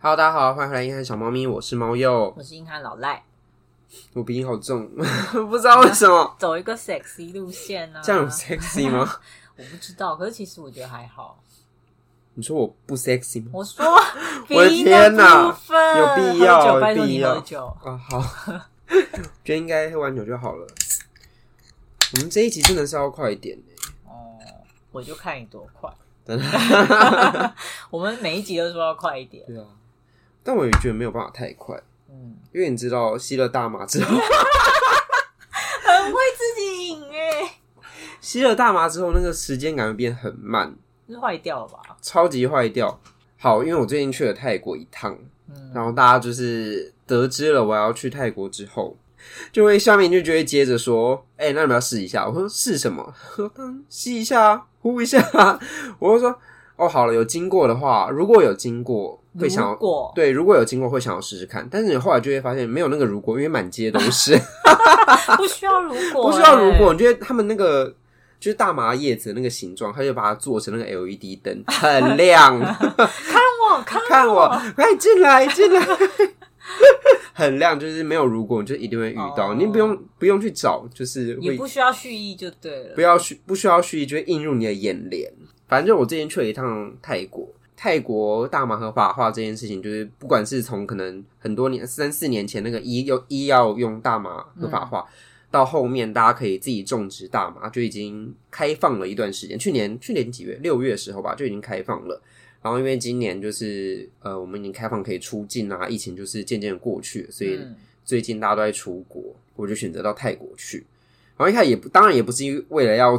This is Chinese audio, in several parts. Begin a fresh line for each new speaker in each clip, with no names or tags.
Hello，大家好，欢迎回来《硬汉小猫咪》，我是猫鼬，
我是硬汉老赖，
我鼻音好重， 不知道为什么，
走一个 sexy 路线啊。
这样有 sexy 吗？
我不知道，可是其实我觉得还好。
你说我不 sexy 吗？
我说
我的
鼻音
天哪
部分
有必要
喝酒
有
拜托
必
你
要
喝酒。
啊，好，觉得应该喝完酒就好了。我们这一集真的是要快一点欸
哦，我就看你多快。
真的，
我们每一集都说要快一点。
对啊，但我也觉得没有办法太快，
嗯，
因为你知道吸了大麻之后，
很会自己引哎、
吸了大麻之后那个时间感会变很慢，
是坏掉了吧？
超级坏掉。好，因为我最近去了泰国一趟，
嗯
然后大家就是得知了我要去泰国之后，就会下面就就会接着说：“哎、那你们要试一下。”我说：“试什么？”说：“嗯吸一下啊，呼一下啊。” 我就说：“哦，好了，有经过的话，如果有经过，会想
如
要
果
对，如果有经过会想要试试看。但是你后来就会发现没有那个如果，因为满街都 是，
不需要如果、欸
不知道如果，你觉得他们那个。就是大麻叶子的那个形状，他就把它做成那个 LED 灯，很 亮。
看我看
看我，快进来，进来， 很亮，就是没有如果，你就一定会遇到，
哦
你不用不用去找，就是
也
会
不需要蓄意就对了。
不要蓄不需要蓄意，就会映入你的眼帘。反正我之前去了一趟泰国，泰国大麻合法化这件事情，就是不管是从可能很多年三四年前那个医药医药用大麻合法
嗯
化。到后面，大家可以自己种植大麻，就已经开放了一段时间。去年去年几月？六月的时候吧，就已经开放了。然后因为今年就是呃，我们已经开放可以出境啊，疫情就是渐渐过去了，所以
嗯
最近大家都在出国，我就选择到泰国去。然后一开始也不，当然也不是为了要，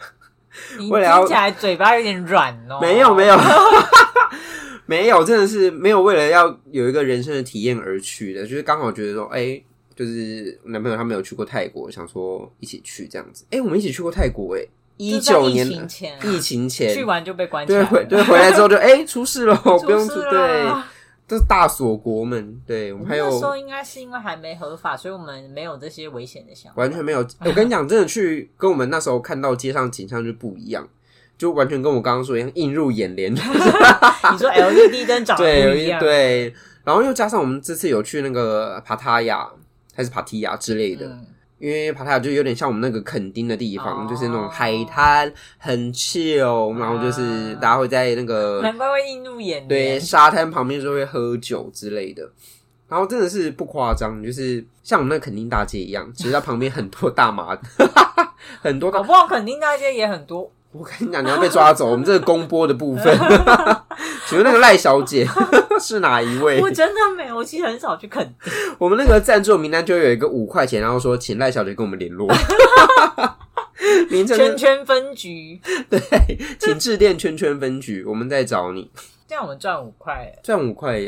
你
为了要
听起来嘴巴有点软哦。
没有没有 没有，真的是没有为了要有一个人生的体验而去的，就是刚好觉得说，哎、就是男朋友他没有去过泰国，想说一起去这样子。哎、我们一起去过泰国、哎，一
就在
九
疫
年
情前啊
疫情前
去完就被关起来
对
了。
回对回来之后就哎、出事了，不用
出
出
事
对
了，
这是大锁国门，对我
我
们还
们那时
有
候应该是因为还没合法，所以我们没有这些危险的想法。
完全没有。哎我跟你讲，真的去跟我们那时候看到街上景象就不一样，就完全跟我刚刚说一样，映入眼 帘。
你说 LED 灯长得
对，有 E
不一
一
样，
对，然后又加上我们这次有去那个帕塔亚还是帕提亚之类的，
嗯，
因为帕塔亚就有点像我们那个垦丁的地方，
哦
就是那种海滩很 chill，然后就是
啊
大家会在那个
难怪会映入眼
对，
帘。
沙滩旁边就会喝酒之类的。然后真的是不夸张，就是像我们那垦丁大街一样，其实它旁边很多大麻， 很多大
搞不好肯定那些也很多，
我跟你讲，你要被抓走。我们这个公播的部分，请问那个赖小姐 是哪一位
我？真的没有，我其实很少 去垦丁，
我们那个赞助名单就有一个五块钱，然后说请赖小姐跟我们联络。名称
圈
是
圈分局，
对，请致电圈圈分局，我们再找你。
这样我们赚五块，
赚五块耶，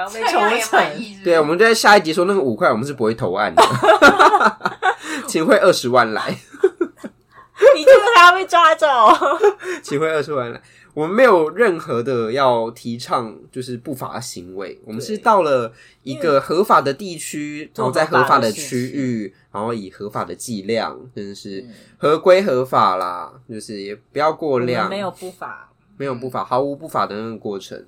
要被
这
抽
样也满
成。
意是不是
对，我们就在下一集说那个五块，我们是不会投案的，请汇二十万来，
你这个还要被抓走，
请汇二十万来。我们没有任何的要提倡就是不法行为，我们是
对
到了一个合法的地区，然
做
后在合
合
法
法
的
的
区
事情
域，然后以合法的剂量，真的是
嗯
合规合法啦，就是也不要过
我们
量，
没有不法，
没有不法，毫无不法的那个过程。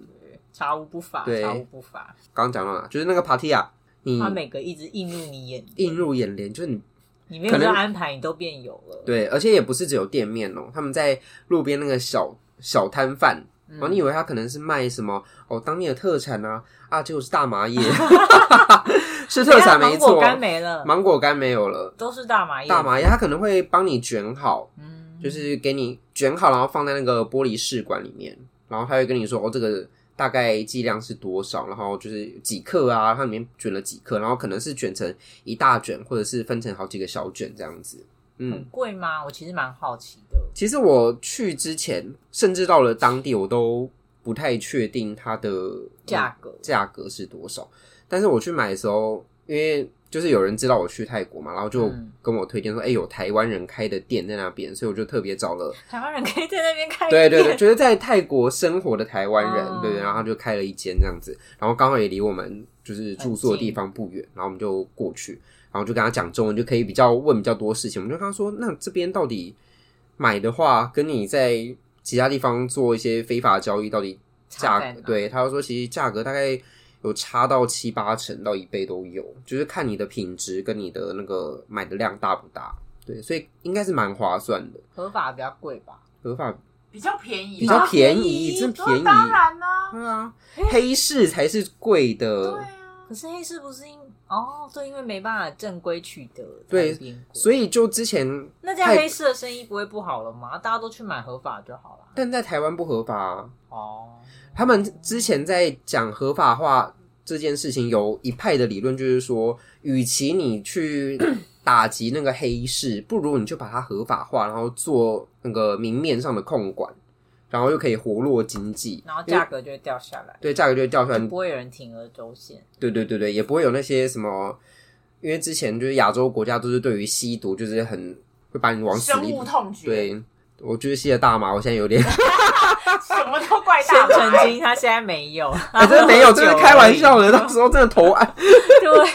查无不法，
对
查无不法，
刚刚讲到哪？就是那个帕提亚，你
他每个一直映入你眼，
映入眼帘，就是你
你没
可
有
能
这安排，你都变有了。
对，而且也不是只有店面哦、他们在路边那个小小摊贩，然
嗯
后你以为他可能是卖什么哦当地的特产啊啊，结果是大 麻叶，是特产
等一
没
下芒果
错，
干没了，
芒果干没有了，
都是大麻叶。
大麻叶他可能会帮你卷好，
嗯，
就是给你卷好，然后放在那个玻璃试管里面，然后他会跟你说哦，这个大概剂量是多少，然后就是几克啊，它里面卷了几克，然后可能是卷成一大卷，或者是分成好几个小卷这样子。嗯
很，贵吗？我其实蛮好奇的。
其实我去之前，甚至到了当地，我都不太确定它的嗯
价格
价格是多少。但是我去买的时候，因为就是有人知道我去泰国嘛，然后就
嗯
跟我推荐说，哎、有台湾人开的店在那边，所以我就特别找了
台湾人可以在那边开
对对对，
店
就是在泰国生活的台湾人，
哦
对对，然后他就开了一间这样子，然后刚好也离我们就是住宿的地方不远，然后我们就过去，然后就跟他讲中文，就可以比较问比较多事情。我们就跟他说，那这边到底买的话，跟你在其他地方做一些非法交易，到底
差
价
在
格，
哪？
对，他就说其实价格大概有差到七八成到一倍都有，就是看你的品质跟你的那个买的量大不大，对，所以应该是蛮划算的，
合法比较贵吧？
合法
比较啊便宜吧，
比较便宜，
宜
真
对
便宜，
当然啦、
对啊，黑市才是贵
对
的，
啊，
可是黑市不是因哦，对，因为没办法正规取得，
对
才变贵
所以就之前，
那这样
太
黑市的生意不会不好了吗？大家都去买合法就好了。
但在台湾不合法、啊，
哦，
他们之前在讲合法化这件事情，有一派的理论就是说，与其你去打击那个黑市，不如你就把它合法化，然后做那个明面上的控管，然后又可以活络经济，
然后
因为
价格就会掉下来，
对价格就会掉下来
就，不会有人铤而走险。
对对对对，也不会有那些什么，因为之前就是亚洲国家都是对于吸毒就是很会把你往死
深
里
恶痛绝，，
对。我就是吸了大麻，我现在有点，
什么都怪
先
大
澄
麻。
清，他现在没有，
哎、真的没有，真的开玩笑的，
的。
到时候真的投案
对，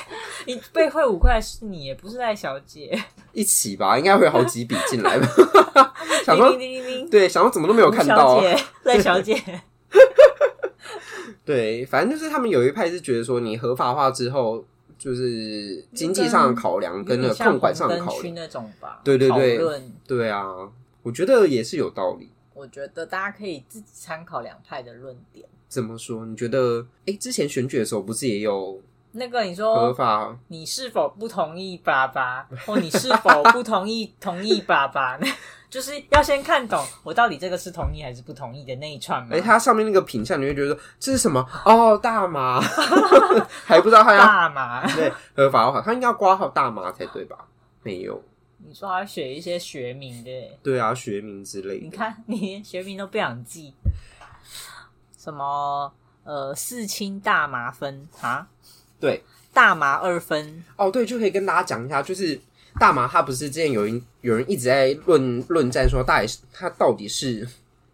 你被汇五块是你，也不是赖小姐。
一起吧，应该会有好几笔进来吧。想
叮
说
叮叮叮叮，
对，想说怎么都没有看到、
吴小
啊。
姐，赖小姐。
对，反正就是他们有一派是觉得说，你合法化之后，就是经济上的考量跟那
有
个
点像
控管上的
红灯
考
区
量。
那种吧。
对对对
讨论
对啊，我觉得也是有道理。
我觉得大家可以自己参考两派的论点。
怎么说？你觉得？哎、之前选举的时候不是也有
那个你
合
说
法？
你是否不同意爸爸，或你是否不同意同意爸爸， 就是要先看懂我到底这个是同意还是不同意的那一串嘛。
哎、它上面那个品相，你会觉得说这是什么？哦，大麻，还不知道它要
大麻，
对合法化，它应该要挂号大麻才对吧？没有，
你说他写一些学名的，
对啊，学名之类
你
的。
看你连学名都不想记，什么呃四氢大麻酚啊，
对，
大麻二酚，
哦，对，就可以跟大家讲一下，就是大麻，它不是之前有人有人一直在论论战说，到底是它到底是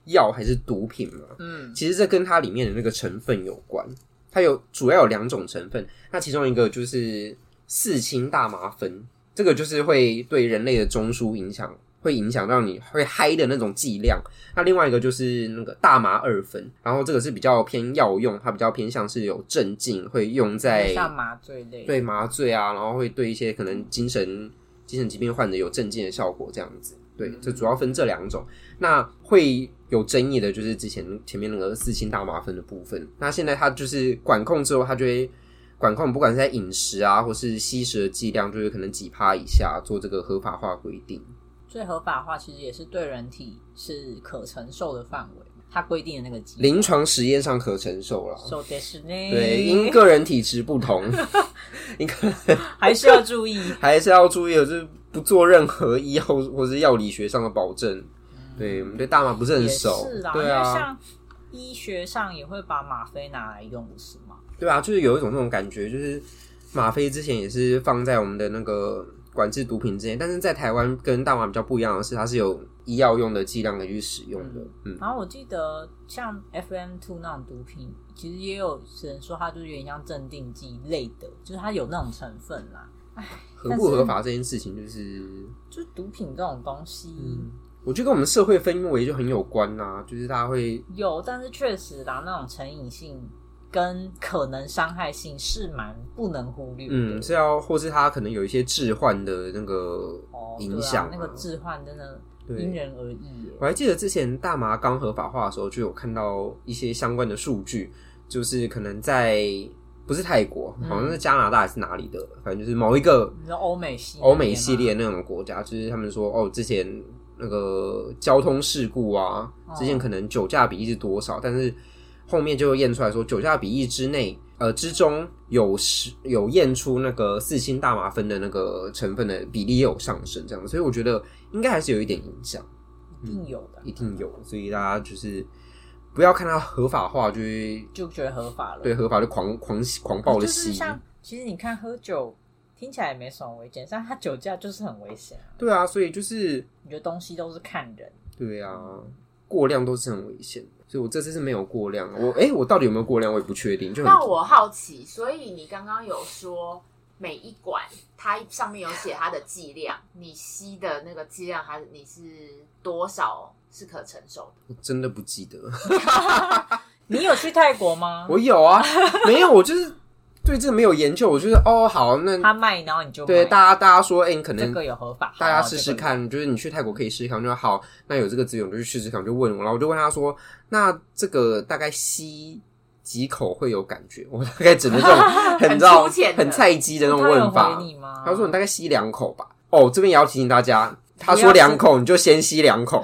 药还是毒品嘛？
嗯，
其实这跟它里面的那个成分有关，它有主要有两种成分，那其中一个就是四氢大麻酚，这个就是会对人类的中枢影响，会影响到你会嗨的那种剂量。那另外一个就是那个大麻二酚，然后这个是比较偏药用，它比较偏向是有镇静，会用在
像麻醉类的，
对麻醉啊，然后会对一些可能精神精神疾病患者有镇静的效果，这样子。对，这主要分这两种。那会有争议的就是之前前面那个四氢大麻酚的部分。那现在它就是管控之后，它就会管控，不管是在饮食啊，或是吸食的剂量，就是可能几趴以下做这个合法化规定。
最合法化其实也是对人体是可承受的范围嘛，它规定的那个剂量。
临床实验上可承受啦。
So this 呢？
对，因个人体质不同，因个人
还是要注意。
还是要注意的，就是不做任何医药 或是药理学上的保证。对，我们对大麻不是很
嗯也
熟
是啦，，因
对
为
啊，
像医学上也会把吗啡拿来用，不是吗？
对啊，就是有一种那种感觉，就是吗啡之前也是放在我们的那个管制毒品之前，但是在台湾跟大麻比较不一样的是，它是有医药用的剂量可以去使用的。嗯，
然后我记得像 FM two 那种毒品，其实也有人说它就是有点像镇定剂类的，就是它有那种成分啦。
合不合法这件事情，就是
就是毒品这种东西、
嗯，我觉得跟我们社会氛围就很有关啦、就是它会
有，但是确实啦，那种成瘾性跟可能伤害性是蛮不能忽略的。
嗯是要，或是它可能有一些置换的那个
哦，对
影响、
啊、那个置换真的
对
因人而异耶。
我还记得之前大麻刚合法化的时候，就有看到一些相关的数据，就是可能在不是泰国，
嗯
好像是加拿大还是哪里的，反正就是某一个
你说欧美系那边吗
欧美系列那种国家，就是他们说哦，之前那个交通事故啊，
哦
之前可能酒驾比例是多少，但是后面就验出来说酒驾比例之内。呃，之中有十有验出那个四氢大麻酚的那个成分的比例也有上升，这样，所以我觉得应该还是有一点影响。
一
嗯
定有的，
一定有，所以大家就是不要看它合法化就会
就觉得合法了。哦
对合法就狂狂狂暴的
就是
吸，
像其实你看喝酒听起来也没什么危险，但它酒驾就是很危险啊。
对啊，所以就是
我觉得东西都是看人，
对啊，过量都是很危险的，所以我这次是没有过量，我哎、我到底有没有过量我也不确定，就很
那我好奇，所以你刚刚有说每一管它上面有写它的剂量，你吸的那个剂量，它你是多少是可承受的？
我真的不记得，
你有去泰国吗？
我有啊，没有，我就是对这没有研究，我就是哦，好，那
他卖，然后你就
对
买
大家大家说，哎、你可
这
能
个有合法，
大家
好
试试。
这个
看，就是你去泰国可以试试看，我就说好，那有这个资源我就去试试看，我就问我，然后我就问他说，那这个大概吸几口会有感觉？我大概只能这 种很
很
知道
粗浅的
很菜鸡的那
有
种
他有
问法
回。你吗？
他说你大概吸两口吧。哦，这边也要提醒大家，他
不要
说两口你就先吸两口，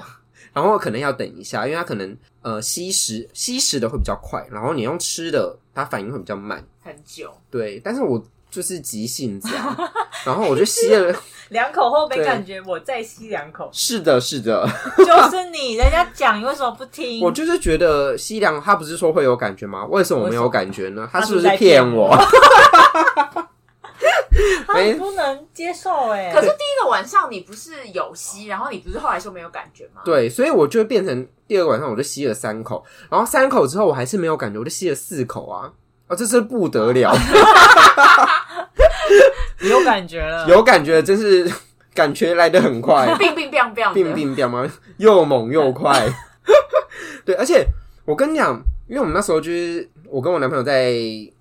然后可能要等一下，因为他可能呃吸食吸食的会比较快，然后你用吃的，它反应会比较慢。
很久，
对，但是我就是急性子啊，然后我就吸了，
两口后没
对，
感觉，我再吸两口
是的，是的。
就是你，人家讲你为什么不听？
我就是觉得西凉，他不是说会有感觉吗？为什么没有感觉呢？
为什么
他是不是骗我？
他
没
很不能接受哎、
可是第一个晚上你不是有吸，然后你不是后来说没有感觉吗？，
对，所以我就变成第二个晚上我就吸了三口，然后三口之后我还是没有感觉，我就吸了四口啊。啊，这真不得了，
有感觉了，
有感觉真是 感觉来得很快，
病病病病
病病掉吗？又猛又快。 对，而且我跟你讲，因为我们那时候就是我跟我男朋友在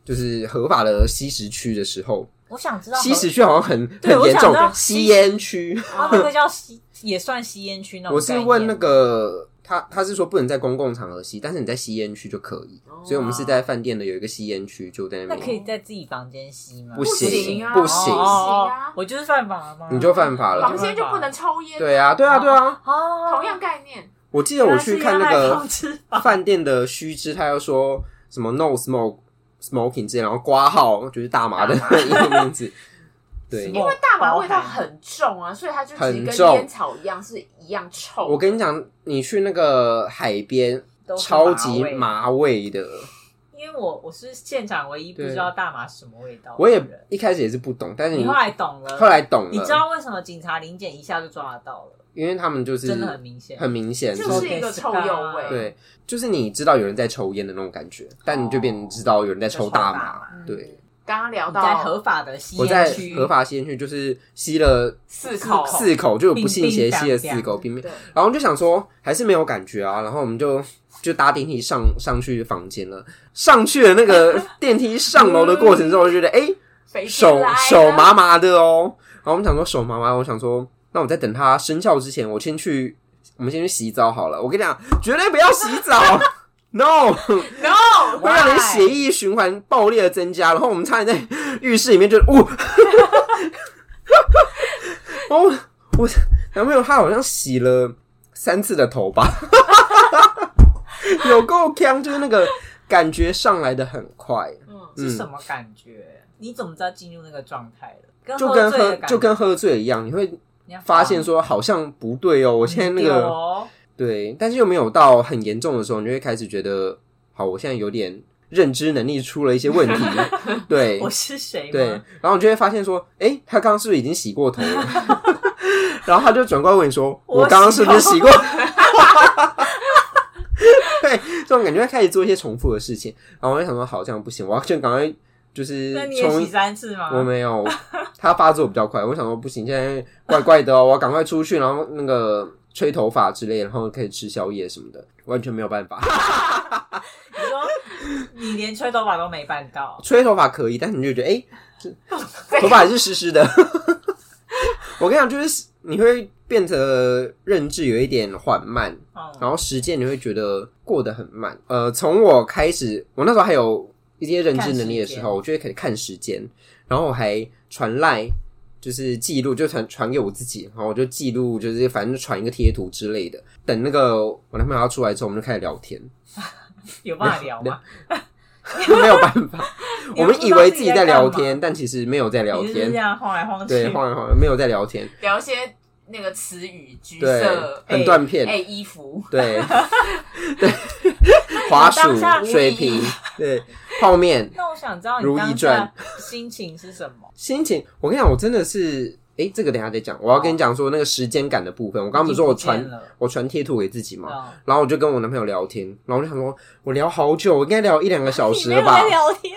就是合法的吸食区的时候，
我想知道
吸食区好像很
对
很
我
严
想
重
知道，
吸烟区。
哦
他那个叫吸，也算吸烟区那种。
我是问那，个他，他是说不能在公共场合吸，但是你在吸烟区就可以。
哦
所以我们是在饭店的有一个吸烟区，就在那
那可
边，
以在自己房间吸吗？
不
行
行
啊
不行
哦
不行
哦
啊
哦我就是犯法了吗？
你就犯法
房
了。
间就不能抽烟，
对啊，对啊，对啊。
哦，
同样概念，
我记得我去看那
原来是要来
个
防治法
饭店的须知，他又说什么 “no smoke smoking” 之类，然后挂号就是大麻的英文名字。对，
因
因为大麻味道很重啊，所以它就其实
很
跟
重
烟草一样是一样臭。
我跟你讲，你去那个海边，
都是
超级
麻味，
麻味的。
因为我我是现场唯一不
对
知道大麻是什么味道的人。
我也一开始也是不懂，但是
你
你
后来懂了，
后来懂了，
你知道为什么警察临检一下就抓得到了？
因为他们就是
真的很明显，
很明显，
就
就是是
一个臭鼬味。
对，就是你知道有人在抽烟的那种感觉，但你就变成知道有哦人在抽大麻。
嗯
对，
刚刚聊
你在
到
合法的吸
我
烟
在
区，
合法吸烟区就是吸了
四口，
四口，就有不信邪吸了四口，冰冰
对，
然后就想说还是没有感觉啊，然后我们就就搭电梯上上去房间了。上去了那 个电梯上楼的过程中，我就觉得哎、诶
肥猪
手
来了
手麻麻的哦。然后我们想说手麻麻，我想说那我在等它生效之前，我先去我们先去洗澡好了。我跟你讲，绝对不要洗澡 ，no。
，no，
会让你血液循环爆裂的增加，然后我们差点在浴室里面就呜， 哦，我男朋友他好像洗了三次的头吧， 有够呛，就是那个感觉上来的很快，
嗯，
是什么感觉？你怎么知道进入那个状态了？跟
就跟
喝醉
喝
的感觉
就跟喝醉一样，你会
你要
发现说好像不对哦，我现在那
丢
个
哦
对，但是又没有到很严重的时候，你就会开始觉得，好，我现在有点认知能力出了一些问 题，对，
我是谁
哎对
吗？，
然后你就会发现说，诶，他刚刚是不是已经洗过头了？ 然后他就转过来问你说：“
我
我刚刚是不是
洗
洗过？” 对，这种感觉会开始做一些重复的事情，然后我就想说，好，这样不行，我要就赶快就是
那你也
冲
洗。啊三次吗？
我没有，他发作比较快，我想说不行，现在怪怪的哦，我要赶快出去，然后那个吹头发之类，然后开始吃宵夜什么的，完全没有办法。
你说你连吹头发都没办到，
吹头发可以，但是你就觉得哎、诶 这头发还是湿湿的。 我跟你讲，就是你会变得认知有一点缓慢，
嗯，
然后时间你会觉得过得很慢。呃，从我开始，我那时候还有一些认知能力的时
看时
候，我就会开始看时间，然后我还传赖，就是记录，就传传给我自己，然后我就记录，就是反正就传一个贴图之类的。等那个我男朋友要出来之后，我们就开始聊天。
有办法聊吗？
没有办法，
你
我们
们不知
以
道
为
自
自
己
己
在
在
干
聊
嘛
天，但其实没有在聊
你就是这
天，
样晃来晃去，
对，晃来晃去，没有在聊天，
聊一些那个词语，橘
对
色，，
很
哎
断片，
哎，衣服，
对对，滑
当下
鼠、
无
水
意义
瓶，对，泡面，
那我想知道
如
你
懿
当下
传
心情是什 么？
心情，我跟你讲，我真的是，哎，这个等一下再讲，我要跟你讲说那个时间感的部分，我刚刚不是说我
已经不见
传哦
了
我传贴图给自己嘛。
嗯
然后我就跟我男朋友聊天，然后我就想说，我聊好久，我应该聊一两个小时
你
了
没有
吧？
在聊天，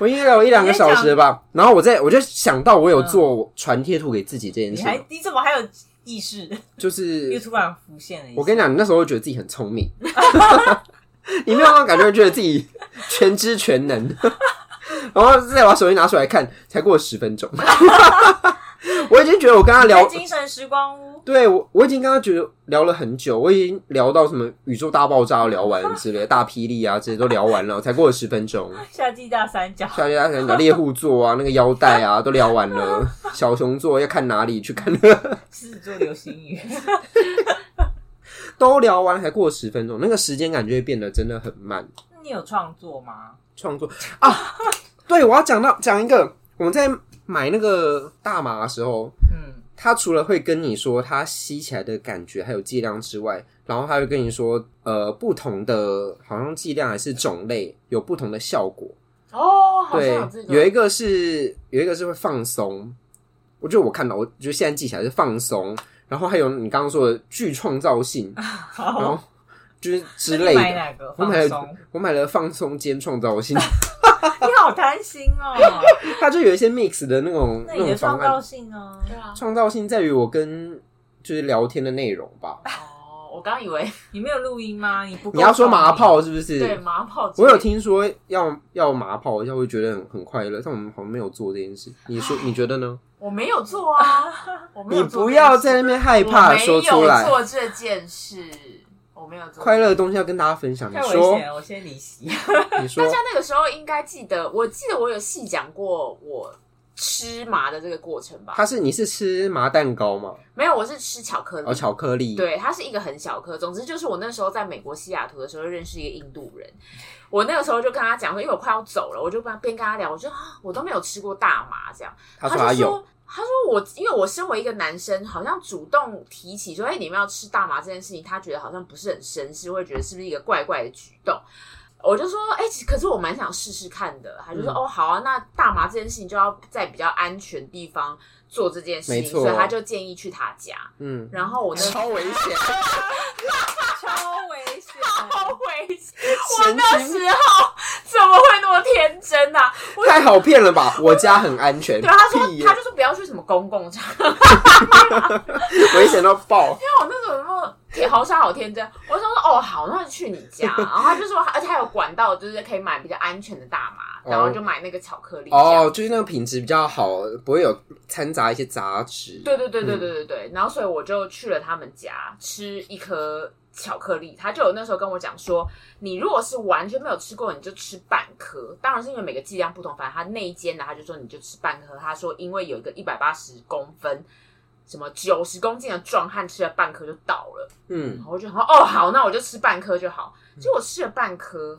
我应该聊一两个小时吧。然后我在我就想到我有做传贴图给自己这件
嗯你
事，
还你怎么还有意识？
就
又
是
突然浮现了一下。
我跟你讲，你那时候觉得自己很聪明， 你没有办法感觉觉得自己全知全能。 然后再把手机拿出来看，才过了十分钟， 我已经觉得我跟他聊
在，精神时光屋，
对我我已经跟他觉得聊了很久，我已经聊到什么宇宙大爆炸都聊完了之类的，大霹雳啊这些都聊完了，才过了十分钟。
夏季大三角，
下一大讲猎户座啊，那个腰带啊都聊完 了，小熊座要看哪里去看，
狮子座流星雨，
都聊完了才过了十分钟，那个时间感就会变得真的很慢。
那你有创作吗？
创作啊， 对我要讲到讲一个，我们在买那个大麻的时候，
嗯，
他除了会跟你说他吸起来的感觉还有剂量之外，然后他会跟你说，呃，不同的好像剂量还是种类有不同的效果。
哦，好像
对
有这，
有一
个，
个是有一个是会放松，我觉得我看到，我就现在记起来是放松，然后还有你刚刚说的具创造性，然后就是之类
哦那你买
的。
哪个？
我
放
买了
松，
我买了放松兼创造性，
你好贪心哦。
它就有一些 mix 的那种
那
那
你
种
的
方
创造
案。
性呢？
对啊。
创造性在于我跟就是聊天的内容吧。
哦，我刚以为
你没有录音吗？你不够
你要说麻
聪
炮是不是？
对麻炮之类
我
的，
有听说要要麻炮一下会觉得很很快乐，但我们好像没有做这件事。你说你觉得呢？
我没有做啊， 我没
你
有做
不
这件
要
事
在那边害怕说出
我没有
来，
做这件事，我没有做
快乐的东西要跟大家分享。
明
你
太危
说
险，了，我先离 席。
你说
大，家那个时候应该记得，我记得我有细讲过我吃麻的这个过程吧？
他是你是吃麻蛋糕吗？
没有，我是吃巧克力。
哦，巧克力。，
对，它是一个很小颗。总之就是我那时候在美国西雅图的时候认识一个印度人，我那个时候就跟他讲说，因为我快要走了，我就跟他边跟他聊，我说啊，我都没有吃过大麻这样。
他说他
就
有，
说，他说我因为我身为一个男生，好像主动提起说，哎、你们要吃大麻这件事情，他觉得好像不是很绅士，会觉得是不是一个怪怪的举动。我就说，哎、其可是我蛮想试试看的。他就说，
嗯
哦，好啊，那大麻这件事情就要在比较安全地方做这件事
没
情，
错
所以他就建议去他家。
嗯，
然后我那
超危险，
超危险！
后悔，我
神
那
经
时候怎么会那么天真啊？我
太好骗了吧？我家很安全，
对啊他说，
屁耶
他就说不要去什么公共场
危险到爆。
我那时候有没有铁豪沙好天真，我想说哦好，那就去你家，然后他就说，而且还有管道，就是可以买比较安全的大麻，然后就买那个巧克力这样。
哦，就是那个品质比较好，不会有掺杂一些杂质。
对对对对对对对，然后所以我就去了他们家吃一颗巧克力，他就有那时候跟我讲说，你如果是完全没有吃过，你就吃半颗，当然是因为每个剂量不同，反正他那一间呢，他就说你就吃半颗，他说因为有一个一百八十公分。什么九十公斤的壮汉吃了半颗就倒了，
嗯
然，后我就想说哦好，那我就吃半颗就好。结果我吃了半 颗，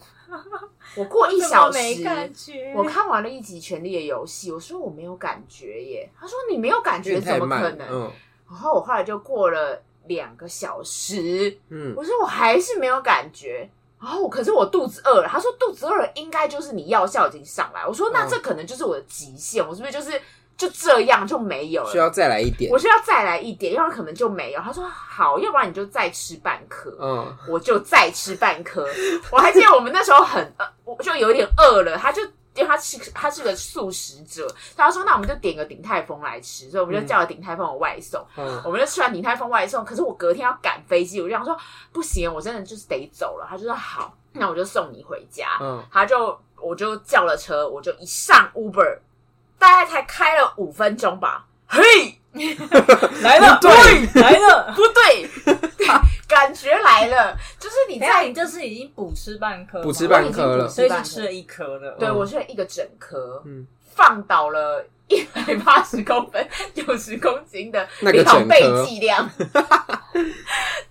我过一小
怎么没
时，
感觉，
我看完了一集《权力的游戏》，我说我没有感觉耶。他说你没有感
有点
觉
太
怎么
慢
可
了。
能？
嗯
然后我后来就过了两个小时，
嗯，
我说我还是没有感觉。然后我可是我肚子饿了，他说肚子饿了应该就是你药效已经上来。我说那
嗯
这可能就是我的极限，我是不是就是就这样就没有了？
需要再来一点
我。是要再来一点，要不然可能就没有。他说好，要不然你就再吃半颗。
嗯，
我就再吃半颗。我还记得我们那时候很饿，我就有点饿了，他就。因为他吃，他是个素食者，他说那我们就点个鼎泰丰来吃，所以我们就叫了鼎泰丰的外送，
嗯
我们就吃完鼎泰丰外送。可是我隔天要赶飞机，我就想说不行，我真的就是得走了。他就说好，那我就送你回家。
嗯，
他就我就叫了车，我就一上 Uber，大概才开了五分钟吧，嘿，
来了，
对
来了。
不对， 感觉来了，就是 你
等一下，
在
你这次已经补吃半颗吗，
补吃半颗
我已
了
经。
所以是吃了一颗了。
对，
嗯
我是一个整颗，
嗯
放倒了一百八十公分、九十公斤的
那个整颗
两倍剂 量。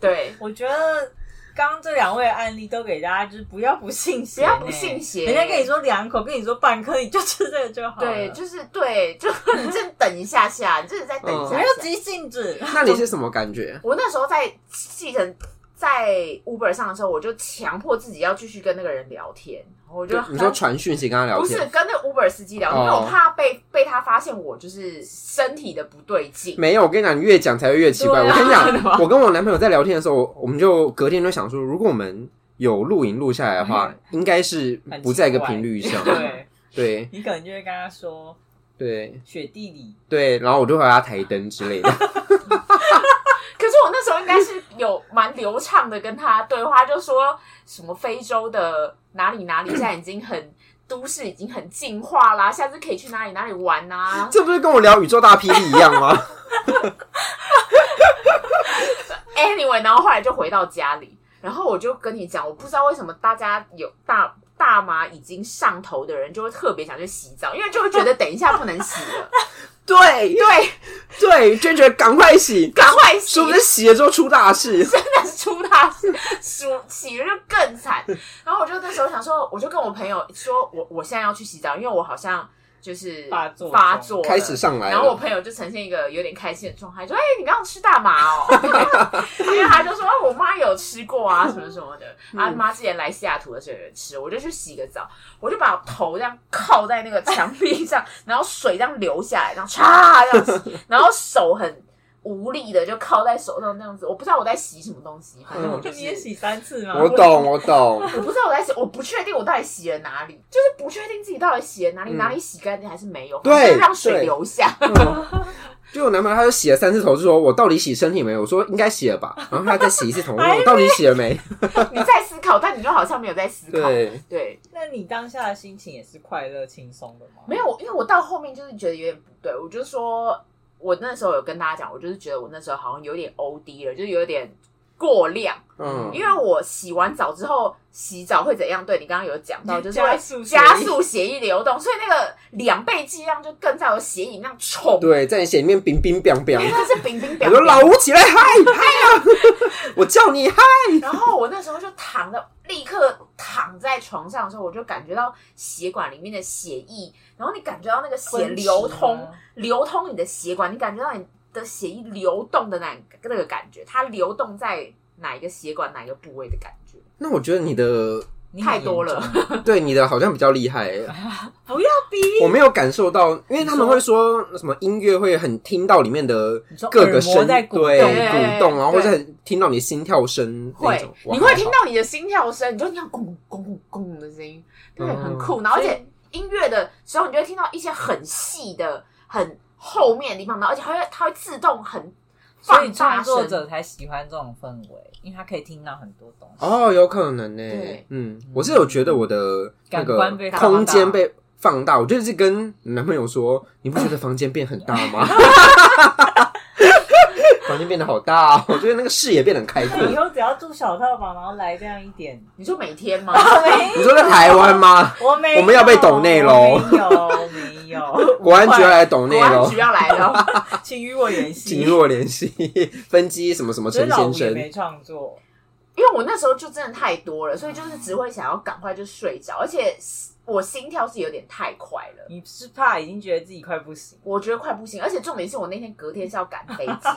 对，
我觉得刚刚这两位案例都给大家，就是不要不信邪，
不要不信邪
人家跟你说两口，跟你说半颗，你就吃这个就好了。
对，就是对，就 你真的等一下下，你真的再等一
不
下
要
嗯
下。
急性子。
那你是什么感觉？
我那时候在记成在 Uber 上的时候，我就强迫自己要继续跟那个人聊天，我就
你说传讯息跟他聊
不是
天，
跟那 Uber 司机聊天，因为
哦
我怕被被他发现我就是身体的不对劲。
没有，我跟你讲，你越讲才会越奇怪。
对啊
我跟你
真的吗
讲，我跟我男朋友在聊天的时候，我们就隔天就想说，如果我们有录影录下来的
嗯
话，应该是不在一个频率上。
对
对
你可能就会跟他说
对
雪地里
对，然后我就回他台灯之类的。
可是我那时候应该是有蛮流畅的跟他对话，就说什么非洲的哪里哪里现在已经很都市已经很进化啦，下次可以去哪里哪里 玩啊？
这不是跟我聊宇宙大霹雳一样吗？
Anyway，然后后来就回到家里，然后我就跟你讲，我不知道为什么大家有大大麻已经上头的人，就会特别想去洗澡，因为就会觉得等一下不能洗了，
对
对，
对，娟娟赶快洗，
赶快洗
说，不定洗了之后出大 事。
但是出大事，洗洗了就更惨。然后我就那时候想说，我就跟我朋友说，我我现在要去洗澡，因为我好像就是
发作中
发作了
开始上来了
然后我朋友就呈现一个有点开心的状态，说：“哎、你刚刚吃大麻哦？” 因为他就说：“哦我妈有吃过啊，什么什么的。”
嗯
然后妈之前来西雅图的时候有吃，我就去洗个澡，我就把头这样靠在那个墙壁上，然后水这样流下来，然后嚓这样 洗，然后手很。无力的就靠在手上这样子，我不知道我在洗什么东西，反正
嗯
我就是
你 也洗三次吗？
我懂，我懂。
我不知道我在洗，我不确定我到底洗了哪里，就是不确定自己到底洗了哪里，
嗯
哪里洗干净还是没有，
对
反正让水
对
流下。
就我男朋友，他就洗了三次头，就说我到底洗身体没有？我说应该洗了吧。 然后他再洗一次头，我
哎
说我到底洗了没？
你在思考，但你就好像没有在思考。
对，
对
那你当下的心情也是快乐轻松的吗？
没有，因为我到后面就是觉得有点不对，我就说，我那时候有跟大家讲，我就是觉得我那时候好像有点 O D 了，就是有点过量，
嗯
因，为我洗完澡之后洗澡会怎样？对你刚刚有讲
嗯
到，就是
加
会
速血液
加速血液流动，所以那个两倍剂量就更在我血液里那样冲，
对，在你血里面冰冰冰冰
因为。它是冰冰
我
表
说老吴 起来嗨嗨啊！ 我叫你嗨。
然后我那时候就躺着，立刻躺在床上的时候，我就感觉到血管里面的血液，然后你感觉到那个血
分歧
流通
吗，
流通你的血管，你感觉到你的血液流动的那那个感觉，它流动在哪一个血管哪一个部位的感觉。
那我觉得你的
你很严重
太多了
对你的好像比较厉害欸、
哎
不要逼
我没有感受到，因为他们会说什么音乐会很听到里面的
你说
各个
耳
声
膜在鼓动
对
对
鼓动，然后或
对
者很听到你心跳声那
会
种，，哇
你会听。到你的心跳声，你就听到咣咣咣咣的声音，对，
嗯
很酷。然后而
所
且
以
音乐的时候，你就会听到一些很细的、很后面的地方，然后而且它会它会自动很
所以
放大
创作
声。
者才喜欢这种氛围，因为他可以听到很多东西。
哦，有可能呢、
对
嗯，我是有觉得我的那
感
个
官被放大
空间被放大，我就是跟男朋友说，你不觉得房间变很大吗？ 房间变得好大、哦，我觉得那个视野变得很开阔。
以后只要住小套房，然后来这样一 点，
你说每天吗？
你说在台湾吗？
我没有，
我们要被抖内咯
我没有，没有，
国安局要来懂内
国安
喽
局，要来哦了，
请与我联系。
请与我联系，分机什么什么
所
陈
以老
先
吴也
生。
没创作，
因为我那时候就真的太多了，所以就是只会想要赶快就睡着，而且我心跳是有点太快了。
你是怕已经觉得自己快不行，
我觉得快不行，而且重点是我那天隔天是要赶飞机。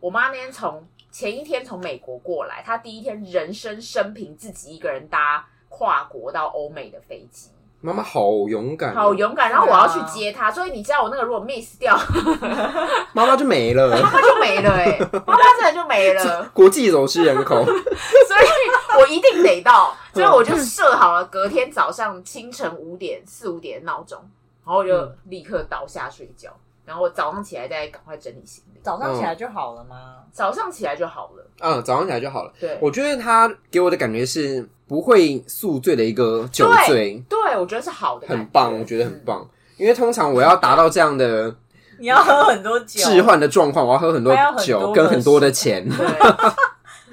我妈那天从前一天从美国过来，她第一天人生生平自己一个人搭跨国到欧美的飞机，
妈妈好勇敢哦、
好勇敢。然后我要去接她，所以你知道我那个如果 miss 掉，
妈妈就没
妈
了，
妈就没了哎、欸，妈妈真的就没了，
国际走失人口。
所以 我一定得到，
嗯
所以我就设好了隔天早上清晨五点四五点的闹钟，然后我就
嗯
立刻倒下睡觉，然后我早上起来再赶快整理行李，
早上起来就好了吗？
早上起来就好了。
嗯，早上起来就好了。
对，
我觉得他给我的感觉是不会宿醉的一个酒醉，
对，我觉得是好的感觉，
很棒，我觉得很棒。因为通常我要达到这样的
你要喝很多酒，
置换的状况，我要喝很多
还要很
酒
多
跟
个
很多的钱，
嗯。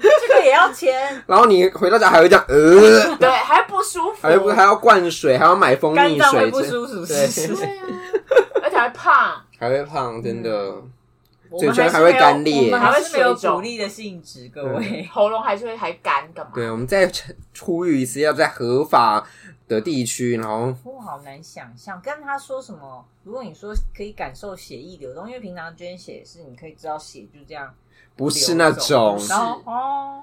对
这个也要钱，
然后你回到家还会这样， 呃，
对，还不舒服，
还不还要灌水，还要买蜂
肝
蜜
脏会
水，
不
这
舒服，
对
是不是？
对啊，而且还胖，
还会胖，真的。
我
嘴
们
唇
还
还
是
会
没有
干裂
我们还是没有
还会水肿
鼓励的性质，各位。
喉咙还是会还干干嘛？
对，我们再呼吁一次，要在合法的地区，然后
我好难想象跟他说什么。如果你说可以感受血液流动，因为平常捐血是你可以知道血就这样，
不是那种
是
然后哦，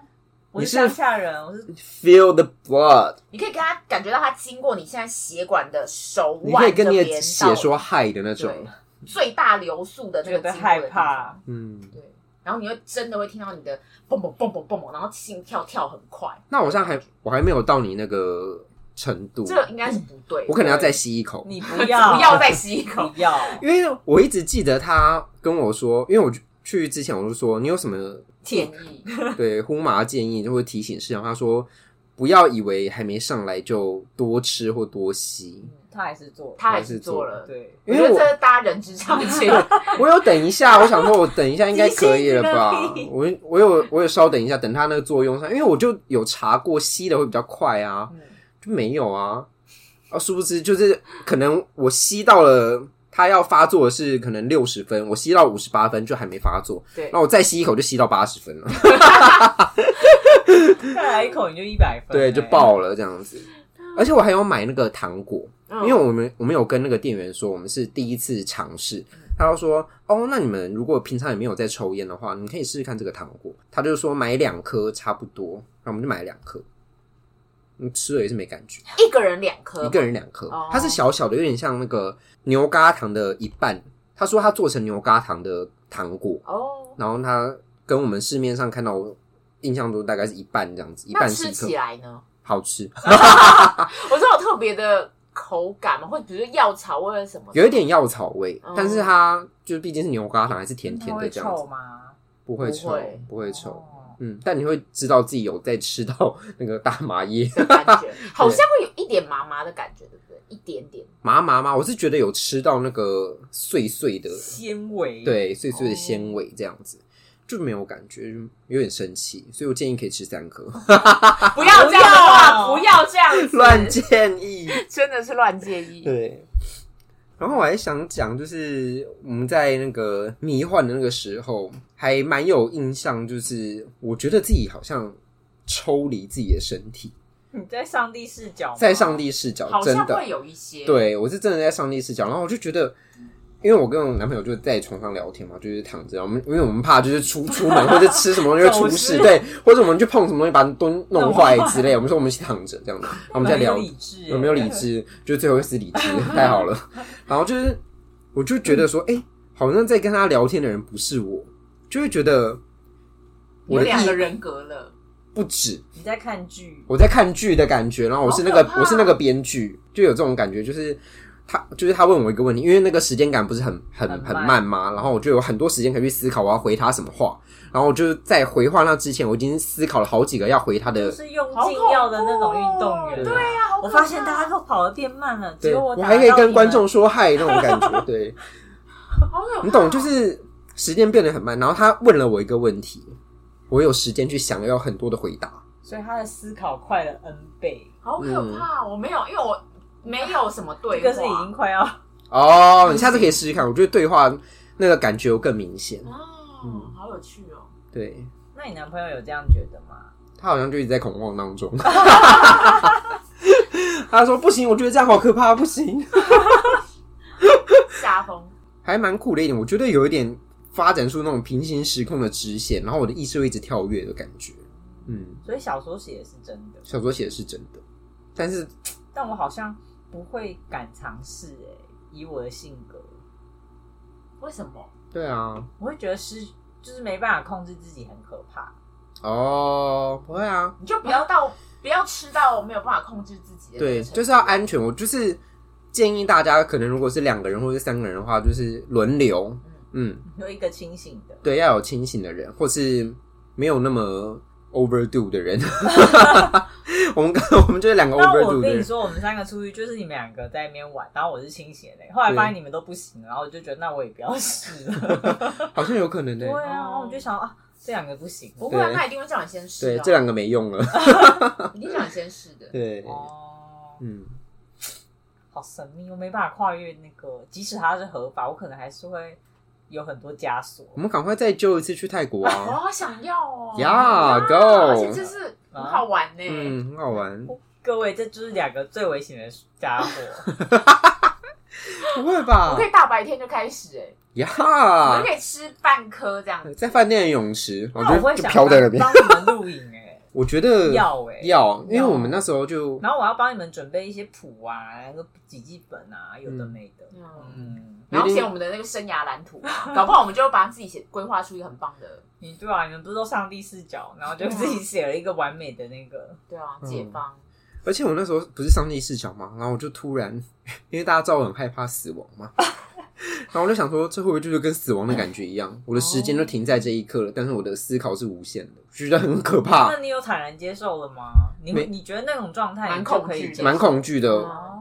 我
你
是
是
乡下人，我是
feel the blood，
你可以跟他感觉到他经过你现在血管的手
你
腕
可
这
以
边
跟
到，
你的血说嗨的那种
对，最大流速的那
觉
个
得
经过
害
的地
怕
方，。
嗯。
对，然后你会真的会听到你的蹦蹦蹦蹦蹦蹦，然后心跳跳很快，
那我现在还我还没有到你那个程度，
这应该是不对的，
我可能要再吸一口，
你不要，
不要再吸一口，
不要，
因为我一直记得他跟我说，因为我去之前我就说，你有什 么
建议
对呼麻建议，就会提醒事项。他说不要以为还没上来就多吃或多吸。
嗯他还是做了，
他还是做了。
对，
我
因
觉
为
得
我
这是大家人之常情，
我有等一下，我想说，我等一下应该可以了
提
吧
醒你？了
我我有我有稍等一下，等它那个作用上，因为我就有查过吸的会比较快啊，
嗯，
就没有啊。啊，殊不知就是可能我吸到了，它要发作的是可能六十分，我吸到五十八分就还没发作，
对
那，我再吸一口就吸到八十分了，
再来一口你就一百分，
对，
欸
就
了。
爆了这样子。而且我还有买那个糖果，
嗯
因为我们我们有跟那个店员说，我们是第一次尝试，他就说哦，那你们如果平常也没有在抽烟的话，你可以试试看这个糖果。他就说买两颗差不多，然后我们就买了两颗，嗯，吃了也是没感觉，
一个人两颗，
一个人两颗
哦，
它是小小的，有点像那个牛轧糖的一半。他说他做成牛轧糖的糖果，
哦，
然后他跟我们市面上看到我印象中大概是一半这样子，一
那
半是一
吃
颗
起，来呢？
好吃，
我知道有特别的口感嘛，或者比如说药草味什么的，
有一点药草味
哦，嗯
但是它就是毕竟是牛轧糖，还是甜甜
它
的
会
这样子
臭。吗？
不会臭
不会，
不会臭。
哦
嗯，但你会知道自己有在吃到那个大麻叶，
的感 觉，好像会有一点麻麻的感觉，对不对？一点点，
麻麻麻，我是觉得有吃到那个碎碎的，
纤维，，
对，碎碎的
哦
纤维这样子，就没有感觉，就有点生气，所以我建议可以吃三颗，
哦不要这样的话，
啊不要
不要这样 子，
乱建 议。
真的是乱建议。
对，然后我还想讲，就是我们在那个迷幻的那个时候，还蛮有印象，就是我觉得自己好像抽离自己的身体，
你在上帝视角吗，
在上帝视角，
好
真
像
的
会有一些，，
对我是真的在上帝视角，然后我就觉得，因为我跟我男朋友就在床上聊天嘛，就是躺着，我们因为我们怕就是出出门或者吃什么 东西会出事，
走失
对，或者我们去碰什么东西把东弄
弄
坏
坏
之类，我们说我们先躺着这 样子，然后我
我
们再聊
理智，
有没有理？智，就最后一丝理智，太好 了。然后就是我就觉得说，哎、好像在跟他聊天的人不是我，就会觉得
有
我的
两个
意
人格了，
不止，
你在看剧，
我在看剧的感觉，然后我是那个
好可怕
我是那个编剧，就有这种感觉，就是他就是他问我一个问题，因为那个时间感不是很很
很慢
很慢吗？然后我就有很多时间可以去思考我要回他什么话，然后我就在回话那之前，我已经思考了好几个要回他
就
的，
是用禁药的那种运动员，
对
呀、啊好可怕
哦我发现大家都跑得变慢了，只
哦对
有
我
打
还可以
到
跟
你
观
们
众说嗨那种感觉， 对
好可怕
你懂，就是时间变得很慢。然后他问了我一个问题，我有时间去想要很多的回答，
所以他的思考快了 N 倍，
好可怕，
嗯
我没有，因为我没有什么对
这
话，
个是已经快要
哦，你下次可以试试看，我觉得对话那个感觉更明显，
哦，
嗯
好有趣哦。
对。
那你男朋友有这样觉得吗？
他好像就一直在恐慌当中。 他说：“不行，我觉得这样好可怕，不行。
下风，”
还蛮酷的一点，我觉得有一点发展出那种平行时空的支线，然后我的意识会一直跳跃的感觉。嗯，
所以小说写的是真的，
小说写的是真的，但是
但我好像不会敢尝试哎，以我的性格，
为什么？
对啊，
我会觉得失就是没办法控制自己，很可 怕。
哦，不会啊，
你就不要到，不要吃到没有办法控制自己的。
对，就是要安全。我就是建议大家，可能如果是两个人或者三个人的话，就是轮流，嗯，
有一个清醒的，
对，要有清醒的人，或是没有那么 overdo 的 人。我们刚我们就是两个
但我
overdo 的
跟你
人，
说，我们三个出去就是你们两个在那边玩，然后我是清醒的，后来发现你们都不行，然后我就觉得那我也不要试 了。
好像有可能呢、欸
对啊，然后我就想啊，这两个不行，
不会啊，
对
他一定会叫你先试、
对，
啊
哦。
这两个没用 了。
一定叫你先试的。
对，
哦，
嗯，
好神秘，我没办法跨越那个，即使它是合法，我可能还是会有很多枷锁。
我们赶快再揪一次去泰国
我
啊！
好想要哦
呀，Go
而且这是很好玩呢、
嗯，很好玩。
各位，这就是两个最危险的家伙。
不会
我
吧
可？以大白天就开始哎、我
呀
就，可以吃半颗这样子。
在饭店的泳池， 我
那我
就
会
就
想
飘在那边。
帮帮你们录影 哎、
我觉得
要哎、
要，因为我们那时候就
然后我要帮你们准备一些谱啊，那个笔记本啊，有的没的。
嗯，
嗯，
然后写我们的那个生涯蓝图，搞不好我们就把自己写规划出一个很棒的，
你对啊，你们不是都上帝视角，然后
啊
就自己写了一个完美的那个。
对
嗯
啊，解放。
而且我那时 候不是上帝视角嘛，然后我就突然，因为大家知道我很害怕死亡嘛，然后我就想说，这会不会就是跟死亡的感觉一样？我的时间就停在这一刻了，但是我的思考是无限的，觉得很可怕
那，你有坦然接受了吗？你
啊没
你觉得那种状态
蛮
你
恐
就可以
惧的
接受
蛮恐惧的。
哦，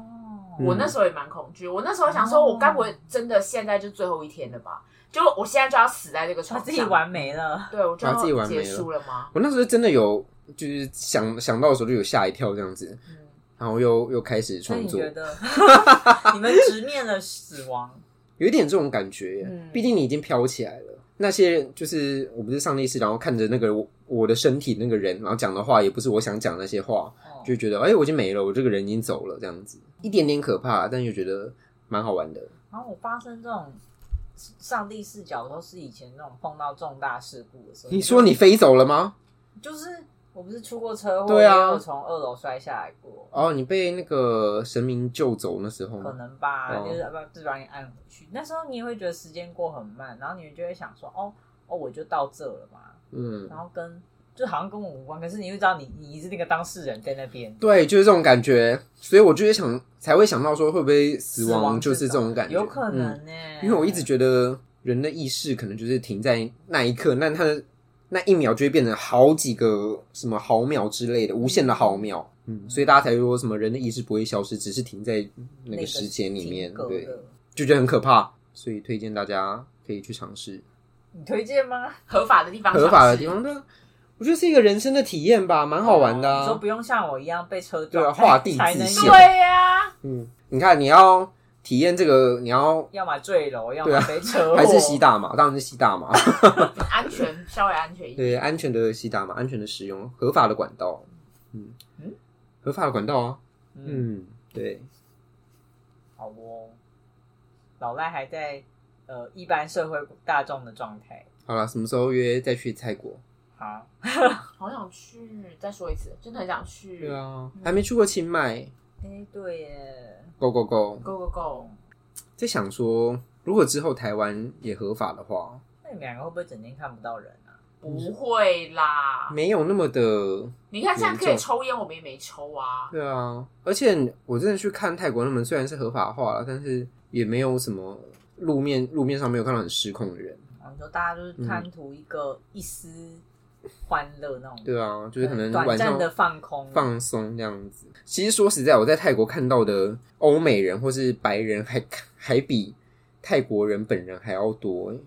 嗯
我那时候也蛮恐惧，我那时候想说，我该不会真的现在就最后一天了吧？就我现在就要死在这个
他
床
自己
上，
完没 了，
对我就
把自己
要
玩
结
没了
束了吗？
我那时候真的有，就是想想到的时候就有吓一跳这样子，
嗯，
然后又又开始
那
创
你
作，
觉得 你们直面了死亡？
有一点这种感觉耶
嗯。
毕竟你已经飘起来了，那些就是我不是上帝视，然后看着那个我我的身体那个人，然后讲的话也不是我想讲那些话，
哦
就觉得哎、我已经没了，我这个人已经走了，这样子一点点可怕，但又觉得蛮好玩的。
然后我发生这种上帝视角，都是以前那种碰到重大事故的时候。
你说你飞走了吗？
就是我不是出过车祸，
对啊
也有从二楼摔下来过，
哦，你被那个神明救走那时候
可
吗？
能吧，
哦
就是啊把就是把你按回去。那时候你也会觉得时间过很慢，然后你就会想说，哦哦，我就到这了嘛，
嗯，
然后跟就好像跟我无关，可是你又知道你你是那个当事人在那边，
对，就是这种感觉，所以我就是想才会想到说会不会死
死亡
亡就是这
这种
种感觉，
有可能
嗯
呢、
因为我一直觉得人的意识可能就是停在那一刻，那他的那一秒就会变成好几个什么毫秒之
嗯
类的，无限的毫秒。嗯，所以大家才说什么人的意识不会消失，只是停在那
那
个
个
时间里面，
停格
对，
的
就觉得很可怕。所以推荐大家可以去尝试
你推荐吗？
合法的地方，
合法的地，方的，我觉得是一个人生的体验吧， 蛮好玩的、
你说
啊
不。用像我一样被车
对
撞，
啊画地
才能
自限
对呀、
嗯，你看你要体验这个，你要
要么坠楼，要
对
么
啊
被车祸，
还是吸大麻？当然是吸大 麻。
安全，稍微安全一点。
对，安全的吸大麻，安全的使用，合法的管道，嗯
嗯
合法的管道啊，
嗯，
嗯，对，
好哦。老赖还在呃一般社会大众的状态，
好了，什么时候约再去泰国？
好，
好想去，再说一次，真的很想去。
对啊，还没去过清迈
哎，对耶，
，Go Go Go，
，Go Go Go！
在想说，如果之后台湾也合法的话，
那你们两个会不会整天看不到人啊？
不会啦，
没有那么的，
你看现在可以
严重
抽烟，我们也没抽啊。
对啊，而且我真的去看泰国他们虽然是合法化了，但是也没有什么路面路面上没有看到很失控的人，
然后你说大家就是
嗯
贪图一个一丝欢乐那种，
对啊，就是可能
短
晚
暂
上
的放空，
放松那样子。其实说实在，我在泰国看到的欧美人或是白人还还比泰国人本人还要多、欸，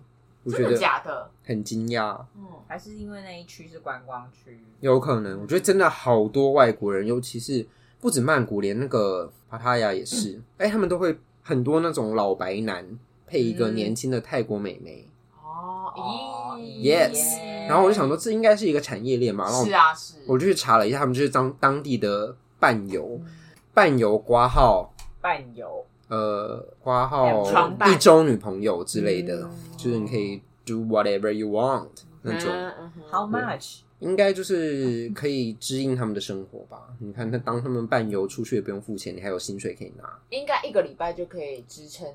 我觉
真的
得
假的？
很惊讶。
嗯，
还是因为那一区是观光区，
有可能，我觉得真的好多外国人，尤其是不止曼谷，连那个帕塔亚也是。
嗯
哎、他们都会很多那种老白男配一个
嗯
年轻的泰国美眉，
哦，
哦
咦
Yes 然后我就想说，这应该是一个产业链嘛。然后
嗯是啊，是。
我就去查了一下，他们就是当当地的伴游，
嗯
伴游挂号
伴游，
呃，花
两
号
床伴
一周女朋友之类的，
嗯
就是你可以 do whatever you want 那种，
嗯嗯哼
How much？
应该就是可以支应他们的生活吧。你看，那当他们伴游出去也不用付钱，你还有薪水可以拿。
应该一个礼拜就可以支撑